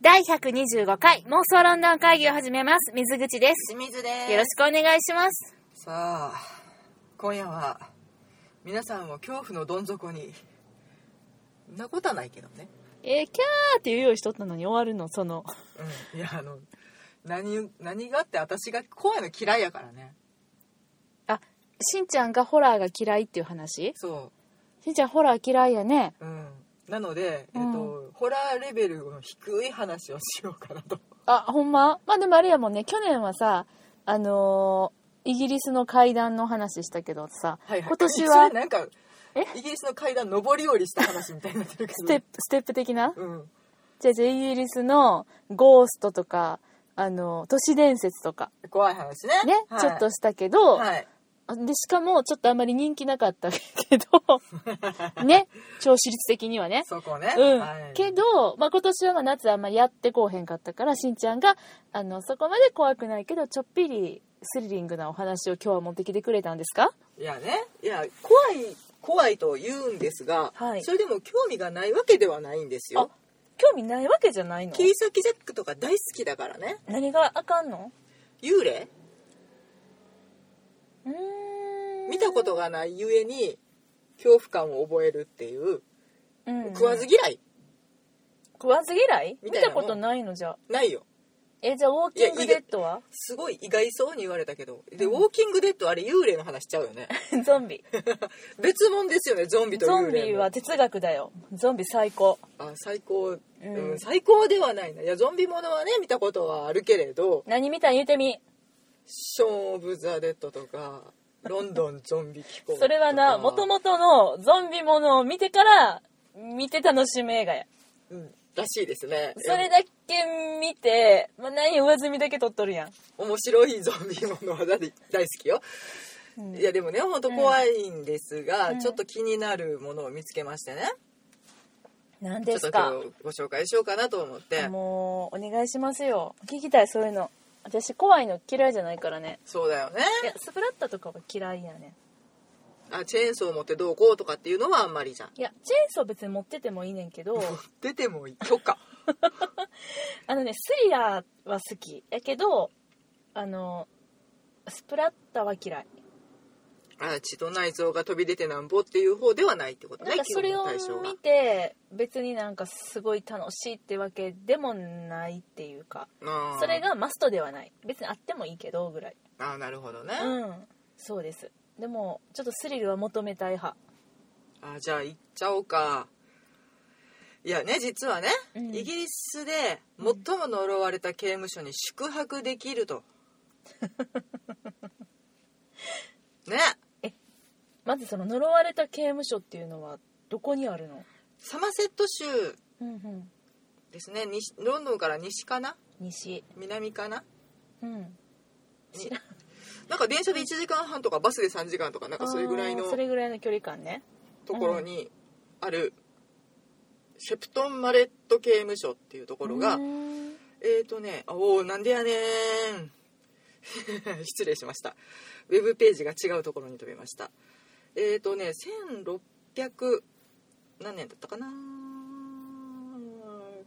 第125回妄想ロンドン会議を始めます。水口です。清水ですよろしくお願いします。さあ今夜は皆さんを恐怖のどん底にそんなことはないけどね、えー、キャーっていう用意しとったのに終わるの、その。うん、いやあの何何があって私が怖いの嫌いやからねあ、しんちゃんがホラーが嫌いっていう話そしんちゃんホラー嫌いやね。う、うん、なので、えっと、ホラーレベルの低い話をしようかなとあ、ほんままあでもあれやもんね、去年はさ、あのーイギリスの階段の話したけどさ、今年そはれなんかイギリスの階段上り下りした話みたいにな ってるけどステップ、ステップ的なうんじゃあじゃあイギリスのゴーストとか、あのー都市伝説とか、怖い話ねね、はいちょっとしたけど、はいでしかもちょっとあんまり人気なかったけ どね聴取率的にはねそこね、うん、はい、けど、まあ、今年はまあ夏あんまりやってこうへんかったからしんちゃんがあのそこまで怖くないけどちょっぴりスリリングなお話を今日は持ってきてくれたんですかいやねいや怖い怖いと言うんですが、はいそれでも興味がないわけではないんですよ興味ないわけじゃないの切り裂きジャックとか大好きだからね何があかんの幽霊うーん見たことがないゆえに恐怖感を覚えるっていううん食わず嫌い食わず嫌い見みたいなたのことないのじゃないよえじゃあウォーキングデッド はすごい意外そうに言われたけどでウォーキングデッドあれ幽霊の話しちゃう よねゾンビ別物ですよねゾンビとゾ幽ン霊ビのは哲学だよゾンビ最高あ最高、うんん最高ではないないやゾンビものはね見たことはあるけれど何みたいに言うてみショーン・オブ・ザ・デッドとか、ロンドンゾンビ機構とか。それはな、もともとのゾンビものを見てから、見て楽しむ映画や。うんらしいですね。それだけ見て、まあ、何上積みだけ撮っとるやん。面白いゾンビものは大大好きよ。いやでもね、ほんと怖いんですが、ちょっと気になるものを見つけましてね。何ちでょっとすか今日ご紹介しようかなと思って。もう、お願いしますよ。聞きたい、そういうの。私、怖いの嫌いじゃないからね。そうだよね。いや、スプラッタとかは嫌いやね。あ、チェーンソー持ってどうこうとかっていうのはあんまりじゃん。いや、チェーンソー別に持っててもいいねんけ ど、出てもいい許可。あのね、スリラーは好き。やけど、あの、スプラッタは嫌い。あ、血と内臓が飛び出てなんぼっていう方ではないってことね。なんかそれを基本の対象が見て別になんかすごい楽しいってわけでもないっていうかあーそれがマストではない別にあってもいいけどぐらいあー、なるほどね。うんそうですでもちょっとスリルは求めたい派あじゃあ行っちゃおうかいやね実はね、うんイギリスで最も呪われた刑務所に宿泊でき ると、ねまずその呪われた刑務所っていうのはどこにあるのサマセット州うんうんですね西ロンドンから西かな西南かなうん知らんなんか電車で1時間半とかバスで3時間とかなんかそれぐらいのあーそれぐらいの距離感ねところにあるシェプトン・マレット刑務所っていうところが、うーんえーとね、おお、なんで やねーん。失礼しました。ウェブページが違うところに飛びました。えーとね、1600何年だったかな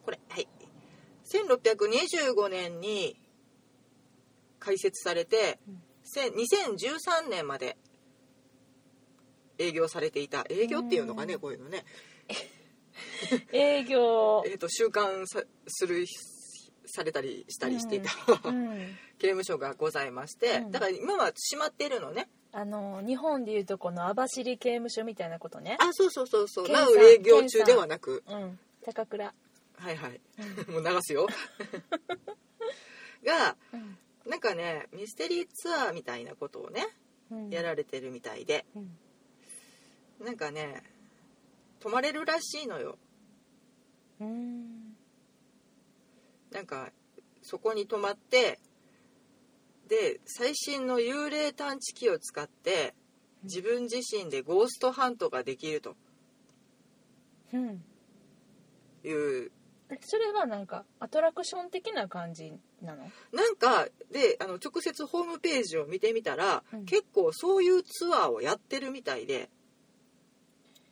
これ、はい。1625年に開設されて、せん2013年まで営業されていた。営業っていうのかね、こういうのね。営業えーと、収監さする、されたりしたりしていた。うん刑務所がございまして、うんだから今は閉まってるのねあの日本でいうとこの網走刑務所みたいなことねあそうそうそうそう検な査お営業中ではなくうん高倉はいはい もう流すよがうんなんかねミステリーツアーみたいなことをねうんやられてるみたいでうんなんかね泊まれるらしいのようんなんかそこに泊まってで最新の幽霊探知機を使って自分自身でゴーストハントができるとうんいうえそれはなんかアトラクション的な感じなのなんかであの直接ホームページを見てみたら、うん結構そういうツアーをやってるみたいで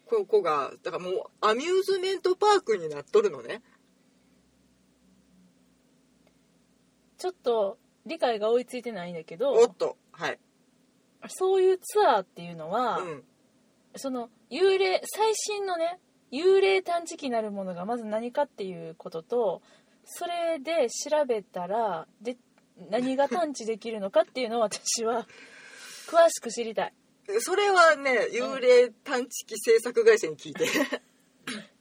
ここがだからもうアミューズメントパークになっとるのねちょっと理解が追いついてないんだけおどっとはい、そういうツアーっていうのは、うん、その幽霊最新のね幽霊探知機なるものがまず何かっていうこととそれで調べたらで何が探知できるのかっていうのを私は詳しく知りたい。それはね幽霊探知機制作会社に 聞いて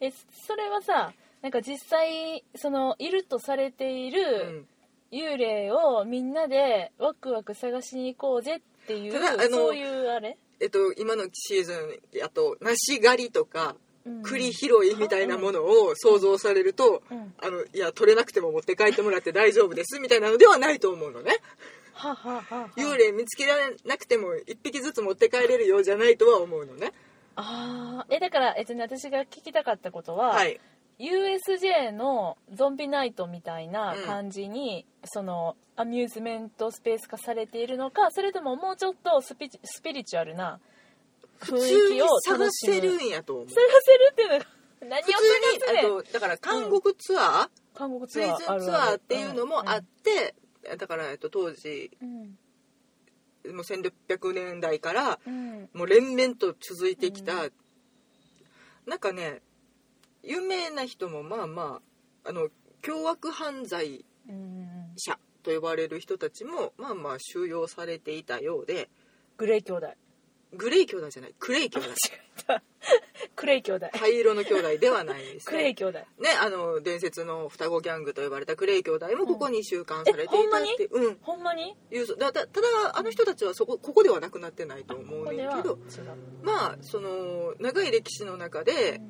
えそれはさなんか実際そのいるとされていうるん幽霊をみんなでワクワク探しに行こうぜっていうただあのそういうあれ、えっと今のシーズンあと梨狩りとかうん栗拾いみたいなものを想像されると、うんあのいや取れなくても持って帰ってもらって大丈夫ですみたいなのではないと思うのねはあはあはあはあ幽霊見つけられなくても1匹ずつ持って帰れるようじゃないとは思うのねあーえだから、えっとね、私が聞きたかったことは、はい USJ のゾンビナイトみたいな感じに、そのアミューズメントスペース化されているのかそれとももうちょっとスピスピリチュアルな雰普囲通に気を探楽しむせるんやと思う探せるっていうのが何を普探通にすあねんとだから韓国ツアー、韓国ツツイアーズンツアーっていうのもあっ、て、だから、えっと、当時うんうんもう1600年代からうんもう連綿と続いてきた、なんかね有名な人もまあまああの凶悪犯罪うん者と呼ばれる人たちもまあまあ収容されていたようでグレイ兄弟グレイ兄弟じゃないクレイ兄弟クレイ兄弟灰色の兄弟ではないんですクレイね兄弟ねあの伝説の双子ギャングと呼ばれたクレイ兄弟もここに収監されていたって、うん、ほんまにいうそだだただあの人たちはそこここではなくなってないと思こうこねでんはけ違うど、まあその長い歴史の中で、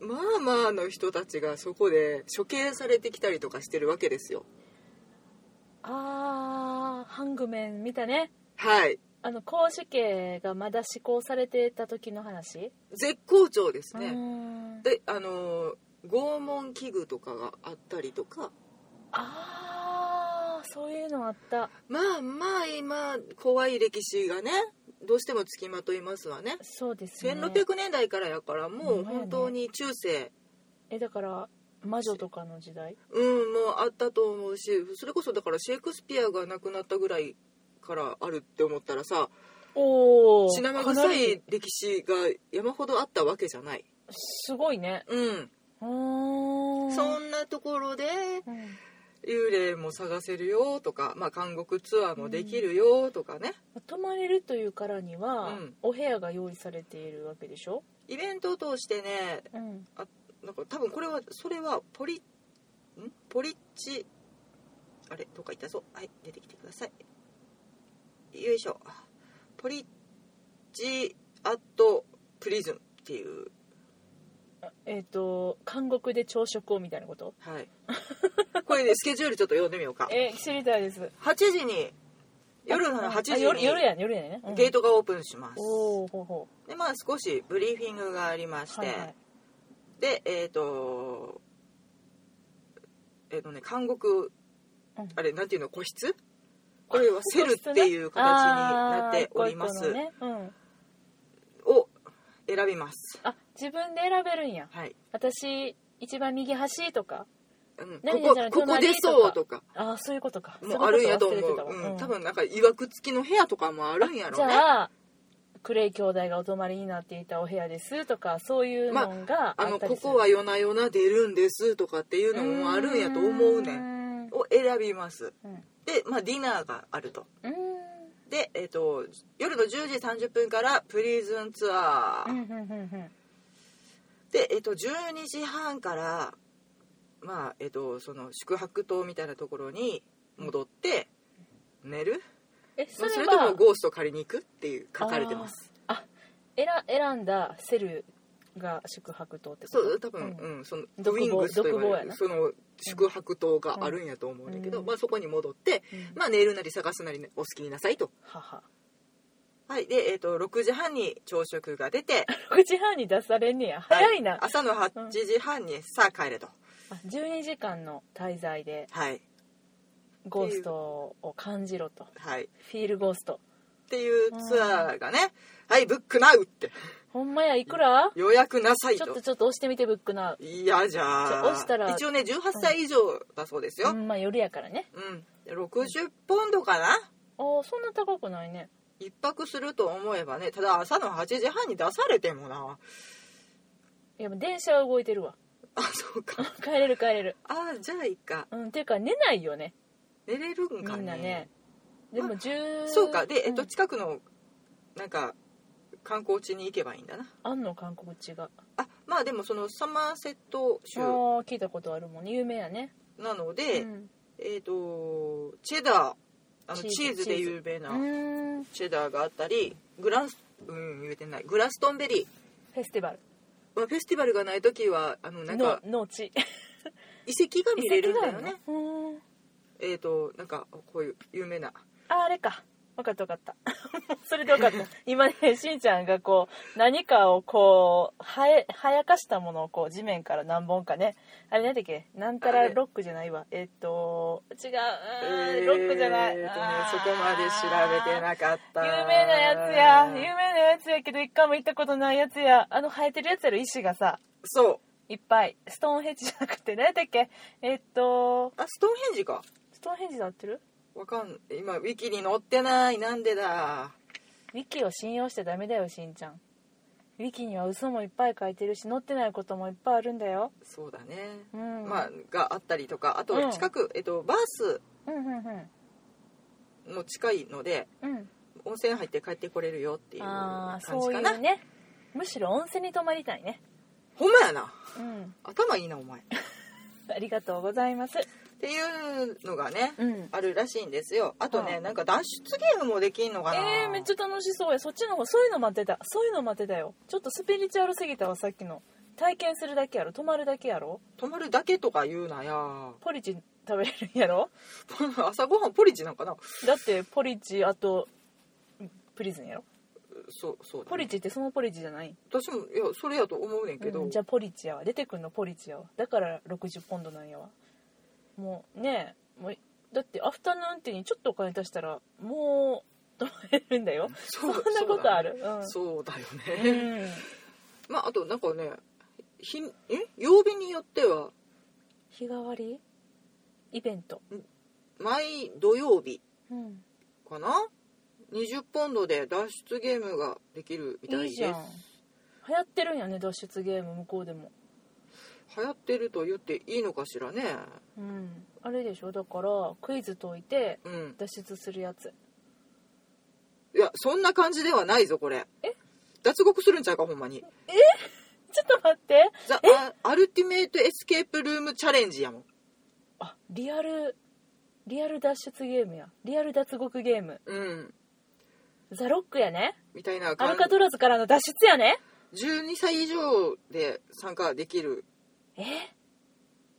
まあまあの人たちがそこで処刑されてきたりとかしてるわけですよあーハングメン見たねはいあの公主刑がまだ施行されてた時の話絶好調ですうーね、んであの拷問器具とかがあったりとかあーそういうのあったまあまあ今怖い歴史がねどうしてもつきまといますわねそうですね1600年代からやからもほんうまやね本当に中世、えだから魔女とかの時代うんもうあったと思うしそれこそだからシェイクスピアが亡くなったぐらいからあるって思ったらさおお血生臭い歴史が山ほどあったわけじゃない、すごいねうん、うーんそんなところでうん幽霊も探せるよとか、まあ、監獄ツアーもできるよとかね、泊まれるというからには、うんお部屋が用意されているわけでしょ、イベントを通してねうん、なんか多分これはそれはポリんポリッチあれどっか行ったぞはい出てきてくださいよいしょポリッチアットプリズンっていうえっ、と監獄で朝食をみたいなことはいこれでスケジュールちょっと読んでみようかえ知りたいです8時に夜のあ8時あ夜夜にやね夜やね、うんゲートがオープンしますおおほうほでまあ少しブリーフィングがありましうはいはていでえっとえっとね監獄うんあれなんていうの個室これはセルっていう形になっておりまあーす、一個一個のねうん、を選びますあ自分で選べるんやはい、私一番右端とかうん、何こじゃないこここ隣出とかそうとかああそういうことかもあるんやと思うそういうこと忘れてたわううんん、多分なんかいわくつきの部屋とかもあるんやじろうねゃあクレイ兄弟がお泊まりになっていたお部屋ですとかそういうのがああっのたりこする、こは夜な夜な出るんですとかっていうのもあるんやと思うねんんを選びますうんでまあディナーがあるとうんでえっ、と夜の10時30分からプリズンツアー、うんうんうんうんで、えっと、12時半から、まあえっと、その宿泊棟みたいなところに戻って寝るえそそれ,、それれとはもゴースト借りに行くっていう書かれてますあーあ選選んだセルが宿泊棟ってこそとう多分、うんうんそのウ独房ィングスと言独わ房やれるなその宿泊棟があるんやと思うんだけど、うんまあ、そこに戻って、うんまあ、寝るなり探すなりお好きになさいと。はははいでえっと6時半に朝食が出て6時半に出されんねや早いな、は朝の8時半に、さあ帰れとあ12時間の滞在ではいゴーストを感じろとはいフィールゴーストっていうツアーがね、はい、ブックナウって、ほんまやいくら予約なさいちょっとと。ちょっと押してみてブックな嫌じゃちょ押したらん。一応ね、18歳以上だそうですうよ。んまあ夜やからねうん。60ポンドかなあーそんな高くないね一泊すると思えばね、ただ朝の8時半に出されてもな。いや電車は動いてるわ あ、そうか。帰れる帰れるあー、じゃあいいか。うんていうか寝ないよね寝れるんみかね。んなねでも10そうか。で、えっうと、ん近くの、なんか、観光地に行けばいいんだな。あんの韓国地があ、まあでもそのサマーセットあ州ー聞いたことあるもんね有名やねなのうで、んえっ、とチェダーあのチーズチーズで有名うなーんフチェダーがあったりグランスうん言えてないグラストンベリェスティバルーはフェスティバルがない時はあのなんのか農地遺跡が見れるんだよ遺跡ねがあるのうんえっ、となんかこういう有名なああれか分かった分かった それで分かった今ねしんちゃんがこう何かをこうはえはやかしたものをこう地面から何本かねあれ何だっけなんたあられロックじゃないわえっと違ううーんえーロックじゃない、えーとねあーそこまで調べてなかった有名なやつや有名なやつやけど一回も行ったことないやつやあの生えてるやつやろ石がさそういっぱいストーンヘッジじゃなくて何だっけえっとあストーンヘンジかストーンヘッジで合ってるわかん今ウィキに載ってないなんでだウィキを信用しちゃダメだよしんちゃんウィキには嘘もいっぱい書いてるし載ってないこともいっぱいあるんだよそうだね、うんまあがあったりとかあうんと近く、えっとバースうんうんうんも近いのでうん温泉入って帰ってこれるよっていうああ感じかなそういうねむしろ温泉に泊まりたいねほんまやなうん頭いいなお前っありがとうございますていうのがね、うんあるらしいんですよあとね、はいなんか脱出ゲームもできんのかなえー、めっちゃ楽しそうやそっちの方そういうの待ってたそういうの待ってたよちょっとスピリチュアルすぎたわさっきの体験するだけやろ泊まるだけやろ泊まるだけとか言うなや ポリチ食べれるんやろ朝ごはんポリチなんかなだってポリチあとプリズンやろそうそうだポね、リチってそのポリチじゃない私もいやそれやと思うねんけど、うんじゃあポリチやわ出てくんのポリチやわだから60ポンドなんやわもうねえもうだってアフタヌーンティーにちょっとお金足したらもう泊まれるんだよそそんなことあるそうだねそうだようん、ね、まああとなんかねひんえ曜日によっては日替わりイベント、毎土曜日うん、かな20ポンドで脱出ゲームができるみたいいでいすじゃん流行ってるんやね脱出ゲーム向こうでも流行ってると言っていいのかしらねうんあれでしょだからクイズ解いてうん脱出するやついやそんな感じではないぞこれえ脱獄するんちゃうかほんまにちょっと待ってザ・アルティメイト・エスケープルーム・チャレンジやもんあリアルリアル脱出ゲームやリアル脱獄ゲームうんザ・ロックやねみたいなア感ルカトラズからの脱出やねじ12歳以上で参加できるえ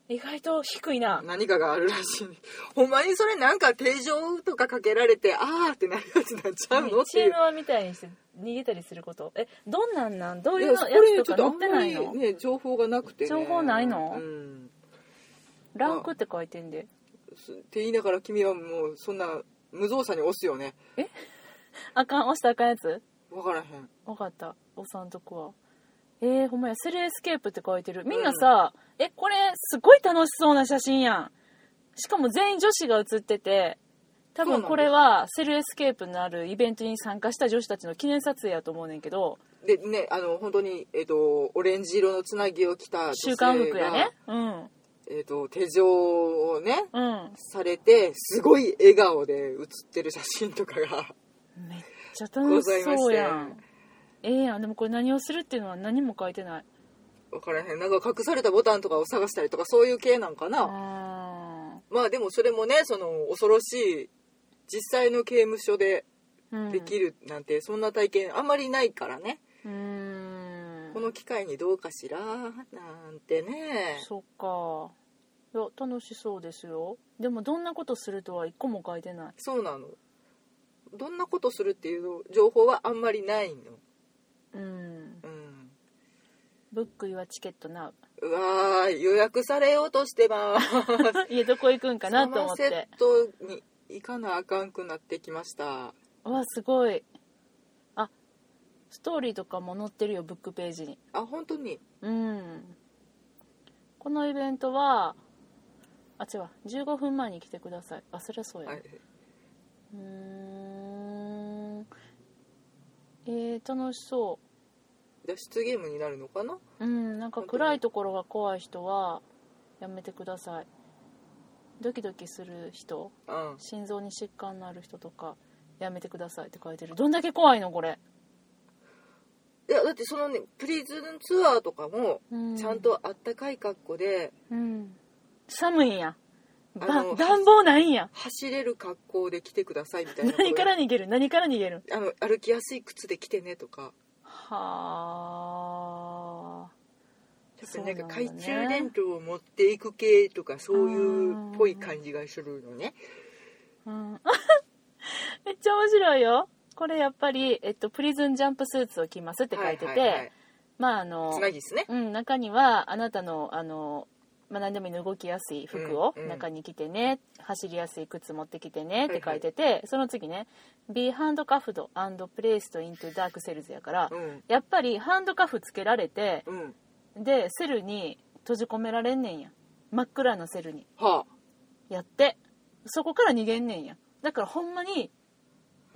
意外と低いな何かがあるらしい ほんまにそれなんか定常とかかけられてあーってなるやつになっちゃうのってチいーうムワみたいにして逃げたりすることえどんなんなんどういいやうこのやつれちょとかっとあ載っんてまないりの、ね情報がなくてね情報ないのうんランクって書いてんですって言いながら君はもうそんな無造作に押すよねあかん押したらあかんやつ分からへん分かったおさんとこはえー、ほんまやスルエスケープって書いてるみんなさ、えこれすごい楽しそうな写真やんしかも全員女子が写ってて多そうな分んですこれはセルエスケープのあるイベントに参加した女子たちの記念撮影やと思うねんけどでねあの本当にえっ、とオレンジ色のつなぎを着た女性習が慣服やねうんえっ、と手錠をねうんされてすごい笑顔で写ってる写真とかが めっちゃ楽しそうやございまんええやんでもこれ何をするっていうのは何も書いてない分からへんなんか隠されたボタンとかを探したりとかそういう系なんかな、あまあでもそれもねその恐ろしい実際の刑務所でーうんできるなんて、そんな体験あんまりないからねうーんこの機会にどうかしらなんてねそっかいや楽しそうですよでもどんなことするとは一個も書いてないそうなのどんなことするっていう情報はあんまりないのうんうんブックイはチケットなうわー予約されようとしてますういやどこ行くんかなサとマ思っーセてットに行かなあかんくなってきましたうわすごいあストーリーとかも載ってるよブックページにあ本当にうんこのイベントはあ違う15分前に来てくださいあそりゃそうや、はい、うーんえー、楽しそ脱出ゲームになるのかなううんなんか暗いところが怖い人はやめてくださいドキドキする人うん心臓に疾患のある人とかやめてくださいって書いてるどんだけ怖いのこれ、いやだってそのねプリズンツアーとかもうちゃん、とあったかい格好でうん、寒いんやばあの暖房ないんや走れる格好で来てくださいみたいなこと何から逃げる何から逃げるあの歩きやすい靴で来てねとかはあそうなんだねやっぱりなんか懐中電灯を持っていく系とかそういうっぽい感じがするのねうん めっちゃ面白いよこれやっぱり、えっと、プリズンジャンプスーツを着ますって書いてて、ははいはいまああのつなぎですねうん、中にはあなたのあの、まあ、何でもいいの動きやすい服をうんうん中に着てね、走りやすい靴持ってきてねっはいては書いいてて、その次ね「Be handcuffed and placed into dark cells」やから、うんやっぱりハンドカフつけられてうんでセルに閉じ込められんねんや真っ暗のセルにはやってそこから逃げんねんやだからほんまに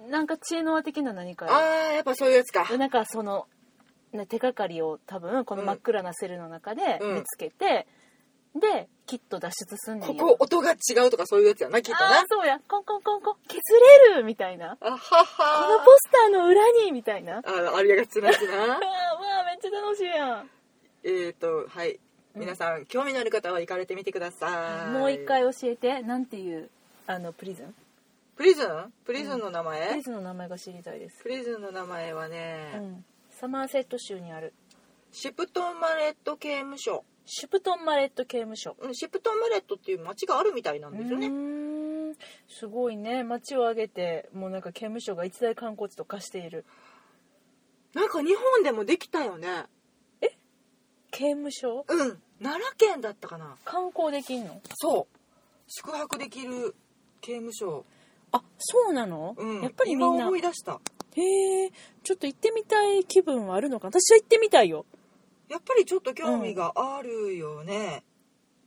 なんか知恵の輪的な何かあやあーやっぱそういうやつかでなんかそのね手がかりを多分この真っ暗なセルの中でうん見つけて、できっと脱出すんねんこよこ音が違うとかそういうやつやなきっとあなあそうやコンコンコンコン削れるみたいなあはこはのポスターの裏にみたいなああありがちなやつな ーわあめっちゃ楽しいやんえっとはいうん皆さん興味のある方は行かれてみてくださいもう一回教えてなんていうあのプリズンプリズンプリズンの名前、プリズンの名前が知りたいです、プリズンの名前はね、うん、サマーセット州にあるシプトンマレット刑務所、シュプトンマレット刑務所うん、シプトンマレットっていう町があるみたいなんですようねーんすごいね町を挙げてもうなんか刑務所が一大観光地と化しているなんか日本でもできたよね刑務所うん奈良県だったかな観光できんのそう宿泊できる刑務所、あそうなの、うん、やっぱりみん今な思い出したへえちょっと行ってみたい気分はあるのかな私は行ってみたいよやっぱりちょっと興味があるよね、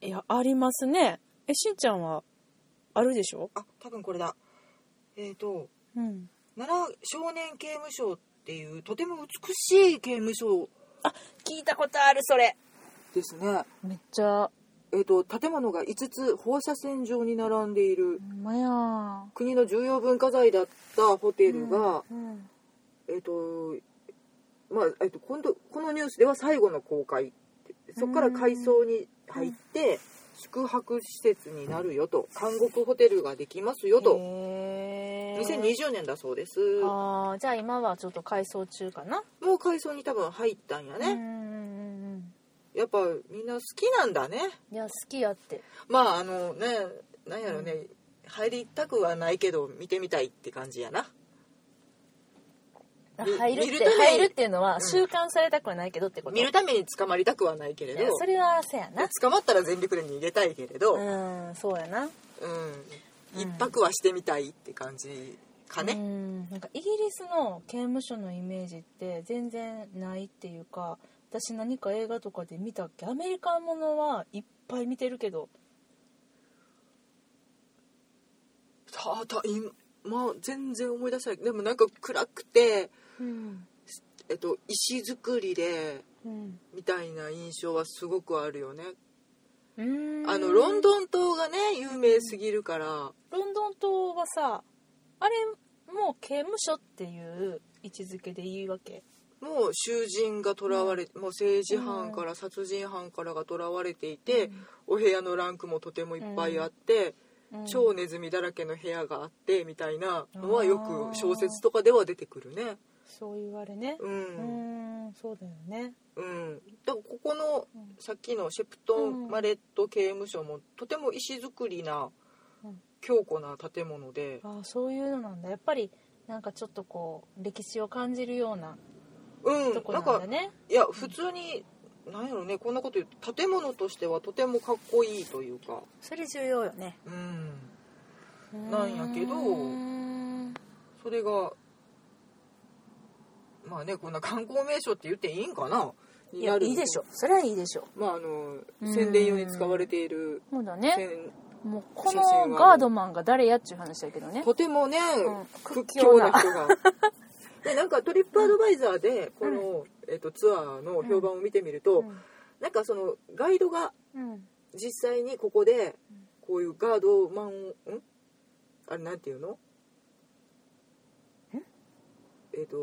いやありますねえしんちゃんはあるでしょあ多分これだえっ、ー、とうん奈良少年刑務所っていうとても美しい刑務所あ聞いたことあるそれですねめっちゃえー、と建物が5つ放射線状に並んでいるほんまやん国の重要文化財だったホテルが、うんえっ、とまあ、えー、と今度このニュースでは最後の公開そこから改装に入って宿泊施設になるよと監獄ホテルができますよとへえ2020年だそうですあーじゃあ今はちょっと改装中かなもう改装に多分入ったんやうんねうんうんうんやっぱみんな好きなんだねいや好きやってまああのねなんやろね、入りたくはないけど見てみたいって感じやなあみ入るっ見るてために入るっていうのはん習慣されたくはないけどってこと、見るために捕まりたくはないけれいどやそれはせやな捕まったら全力で逃げたいけれど、うんうんそうやなうん一泊はしてみたいって感じかうね、んなんかイギリスの刑務所のイメージって全然ないっていうか私何か映画とかで見たっけアメリカものはいっぱい見てるけどただ今まあ全然思い出せないでもなんか暗くて、うん、えっと、石造りでうん、みたいな印象はすごくあるよねうんあのロンドン島がね有名すぎるからロンドン島はさあれも刑務所っていう位置づけでいいわけもう囚人が囚われ、もう政治犯から殺人犯からが囚われていて、お部屋のランクもとてもいっぱいあって、うん超ネズミだらけの部屋があってみたいなのはよく小説とかでは出てくるねそう言われねううんんそうだよねうんだからここのうんさっきのシェプトン・マレット刑務所もとても石造りなうん強固な建物でああそういうのなんだやっぱりなんかちょっとこう歴史を感じるようなうんとこななんんだかねいや普通になんやろねこんなこと言うと建物としてはとてもかっこいいというかそれ重要よねうんなんやけどうーんそれがまあねこんな観光名所って言っていいんかないいやいいでしょそれはいいでしょまああのうん宣伝用に使われているそうだね宣もうこのガードマンが誰やっちゅう話だけどねとてもね、うん屈強強なな人が。 でなんかトリップアドバイザーでこの、えっとツアーの評判を見てみると、なんかそのガイドがうんうん実際にここでこういうガードマンをんあれなんていうのええっ、と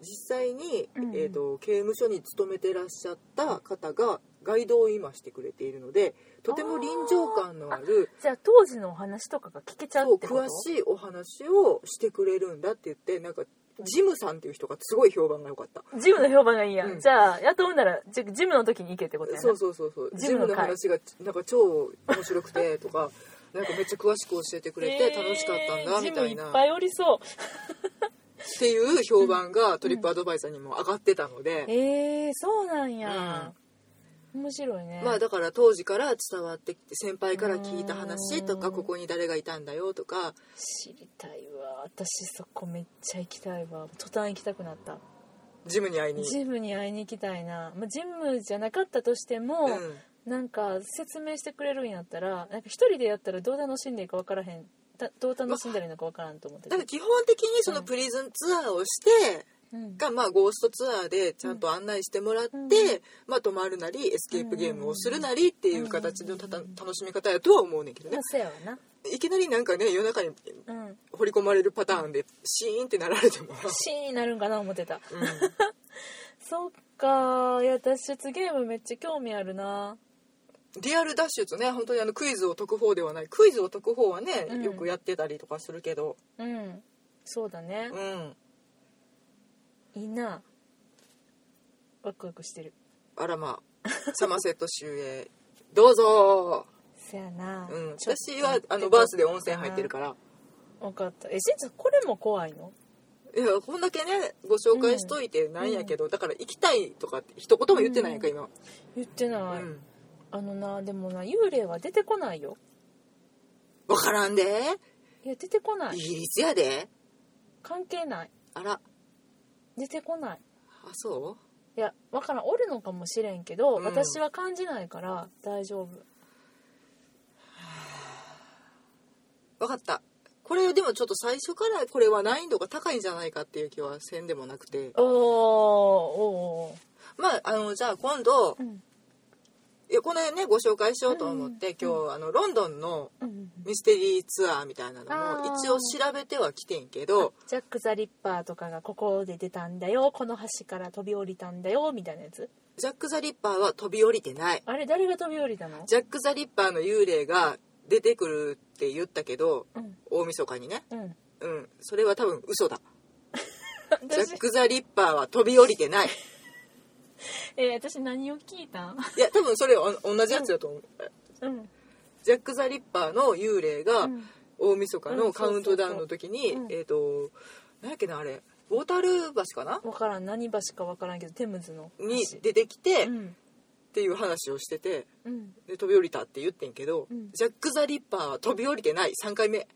実際に、うんえー、と刑務所に勤めてらっしゃった方がガイドを今してくれているのでとても臨場感のあるじゃあ当時のお話とかが聞けちゃそううってこと詳しいお話をしてくれるんだって言ってなんかジムさんっていう人がすごい評判が良かった。ジムの評判がいいやん、うんじゃあ雇うならジジムの時に行けってことやなそうそうそうそうジジムムのの話がなんか超面白くてとか なんかめっちゃ詳しく教えてくれて楽しかったんだみたいジムいなっぱいおりそうっていう評判がトリップアドバイザーにも上がってたので、えー、そうなんや、面白いねまあだから当時から伝わってきて先輩から聞いた話とかうんここに誰がいたんだよとか知りたいわ私そこめっちゃ行きたいわ途端行きたくなったジムに会いに。ジムに会いに行きたいな、まあ、ジムじゃなかったとしても、うんなんか説明してくれるんやったらなんか一人でやったらどう楽しんでいいか分からへんたどう楽しんだらいいのか分からんと思ってだてから基本的にそのプリズンツアーをしてうんが、まあ、ゴーストツアーでちゃんと案内してもらって、うんまあ、泊まるなりエスケープゲームをするなりっていう形のたた楽しみ方やとは思うねんけどねまあそうやわな、いきなりなんかね夜中うにん、掘り込まれるパターンでシーンってなられても、シーンになるんかな思ってたうんそっかいや脱出ゲームめっちゃ興味あるなリアル脱出ね本当にあのクイズを解く方ではないクイズを解く方はね、うんよくやってたりとかするけどうんそうだねう、んいいなワクワクしてるあらまあサマセット州へどうぞ、せやな、うん、ちょっと私はあのバースで温泉入ってるから分かったえしんちゃんこれも怖いのいやこんだけねご紹介しといてなんやけど、だから行きたいとかって一言も言ってないやんか今、言ってうない、ん、あのなでもな幽霊は出てこないよ分からんでいや出てこなイいギリスやで関係ないあら出てこないあそういやわからんおるのかもしれんけど、うん私は感じないから大丈夫分かったこれでもちょっと最初からこれは難易度が高いんじゃないかっていう気はせんでもなくておーおまああのじゃあ今度ーおーうんいやこの辺ねご紹介しようと思って、今日あのロンドンのうんミステリーツアーみたいなのもあー一応調べてはきてんけどジャック・ザ・リッパーとかがここで出たんだよこの橋から飛び降りたんだよみたいなやつジャック・ザ・リッパーは飛び降りてないあれ誰が飛び降りたのジャック・ザ・リッパーの幽霊が出てくるって言ったけどうん大晦日にねうんうんそれは多分嘘だジャ私ック・ザ・リッパーは飛び降りてないえー私何を聞いたんいや多分それお同じやつだと思う、うんジャック・ザ・リッパーの幽霊うがん大晦日うのんカウントダウンの時に、そうそうそううんえっ、と何やっけなあれウォータル橋かな分からん何橋か分からんけどテムズの橋に出てきて、うっんていう話をしててうんで飛び降りたって言ってんけど、うんジャック・ザ・リッパーは飛び降りてない3回目、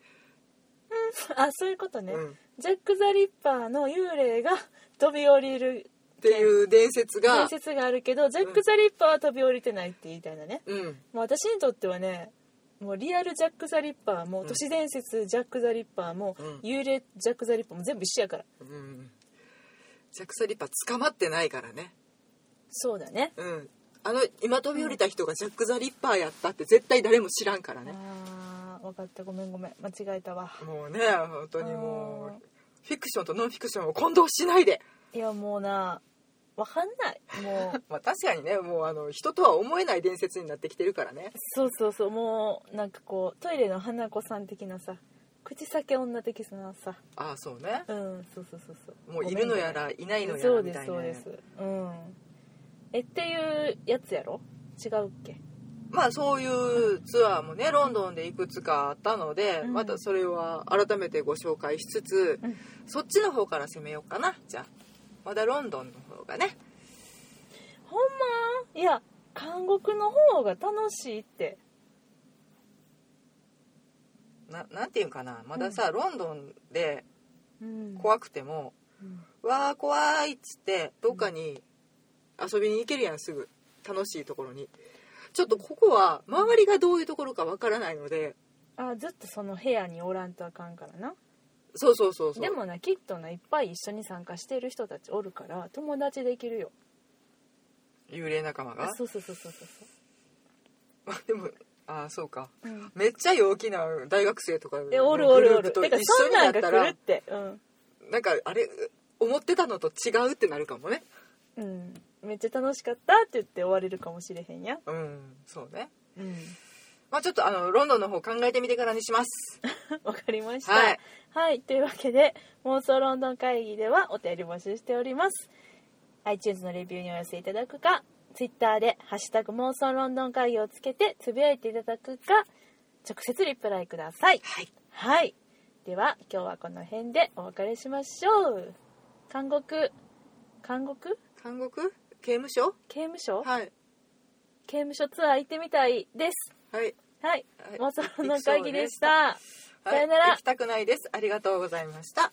あそういうことね、うんっジャック・ザ・リッパーの幽霊が 飛び降りるていう伝説が伝説があるけどジャック・ザ・リッパーは飛び降りてないって言いたいなね、うんもう私にとってはねもうリアルジャック・ザ・リッパーも都市伝説ジャック・ザ・リッパーも、うん幽霊ジャック・ザ・リッパーも全部一緒やからうん、ジャック・ザ・リッパー捕まってないからねそうだねうんあの今飛び降りた人がジャック・ザ・リッパーやったって絶対誰も知らんからね、あー分かったごめんごめん間違えたわもうね本当にもうフィクションとノンフィクションを混同しないでいやもうな分かんないもうまあ確かにねもうあの人とは思えない伝説になってきてるからねそうそうそうもうなんかこうトイレの花子さん的なさ口裂け女的なさああそうねうんそうそうそうそうもういるのやらいないのやそらうでみたすいそなうねですうんえっていうやつやろ違うっけまあそういうツアーもねロンドンでいくつかあったので、うんまたそれは改めてご紹介しつつ、うんそっちの方から攻めようかなじゃあまだロンドンの方がねほんまいや監獄の方が楽しいってななんていうんかなまださ、ロンドンでうん怖くてもうん「わー怖い」っつってどっかに遊びに行けるやんすぐ楽しいところにちょっとここは周りがどういうところかわからないのであずっとその部屋におらんとあかんからなそうそうそうそうでもなきっとないっぱい一緒に参加してる人たちおるから友達できるよ幽霊仲間がそうそうそうそうそうでもああそうかそう、うんめっちゃ陽気な大学生とかえおるおるおグルるープとて一かそ緒んにななんっがた来るらってうん、なんかあれ思ってたのと違うってなるかもねうん、めっちゃ楽しかったって言って終われるかもしれへんやうんそうねうんまあちょっとあのロンドンの方考えてみてからにします わかりましたはいはい、というわけで妄想ロンドン会議ではお便り募集しております iTunes のレビューにお寄せいただくか Twitter で「ハッシュタグ妄想ロンドン会議」をつけてつぶやいていただくか直接リプライくださいはいはいでは今日はこの辺でお別れしましょう監獄監獄監獄刑務所刑務所はい刑務所ツアー行ってみたいですはいはいはい妄想ロンドン会議でした、はいさよなら行きたくないですありがとうございました